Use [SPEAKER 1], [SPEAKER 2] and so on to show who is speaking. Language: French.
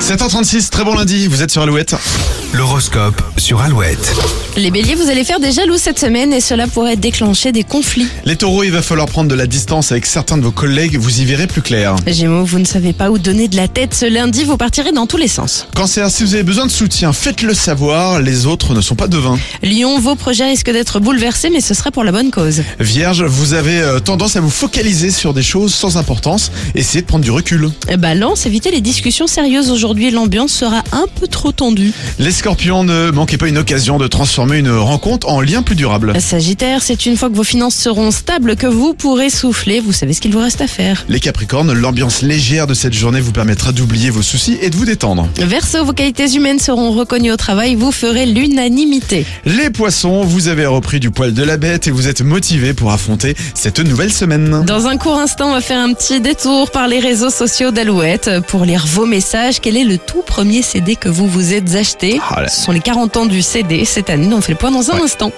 [SPEAKER 1] 7h36, très bon lundi, vous êtes sur Alouette.
[SPEAKER 2] L'horoscope sur Alouette.
[SPEAKER 3] Les béliers, vous allez faire des jaloux cette semaine et cela pourrait déclencher des conflits.
[SPEAKER 1] Les taureaux, il va falloir prendre de la distance avec certains de vos collègues, vous y verrez plus clair.
[SPEAKER 3] Gémeaux, vous ne savez pas où donner de la tête ce lundi, vous partirez dans tous les sens.
[SPEAKER 1] Cancer, si vous avez besoin de soutien, faites-le savoir, les autres ne sont pas devins.
[SPEAKER 3] Lyon, vos projets risquent d'être bouleversés mais ce sera pour la bonne cause.
[SPEAKER 1] Vierge, vous avez euh, tendance à vous focaliser sur des choses sans importance, essayez de prendre du recul.
[SPEAKER 3] Balance, Eh ben, évitez les discussions sérieuses aujourd'hui, l'ambiance sera un peu trop tendue.
[SPEAKER 1] Les scorpions, ne manquez pas une occasion de transformer une rencontre en lien plus durable.
[SPEAKER 3] Sagittaire, c'est une fois que vos finances seront stables que vous pourrez souffler, vous savez ce qu'il vous reste à faire.
[SPEAKER 1] Les capricornes, l'ambiance légère de cette journée vous permettra d'oublier vos soucis et de vous détendre.
[SPEAKER 3] Verseau, vos qualités humaines seront reconnues au travail, vous ferez l'unanimité.
[SPEAKER 1] Les poissons, vous avez repris du poil de la bête et vous êtes motivés pour affronter cette nouvelle semaine.
[SPEAKER 3] Dans un court instant, on va faire un petit détour par les réseaux sociaux d'Alouette pour lire vos messages. Quel est le tout premier CD que vous vous êtes acheté
[SPEAKER 1] Ah là.
[SPEAKER 3] Ce sont les 40 ans du CD cette année. On fait le point dans un instant.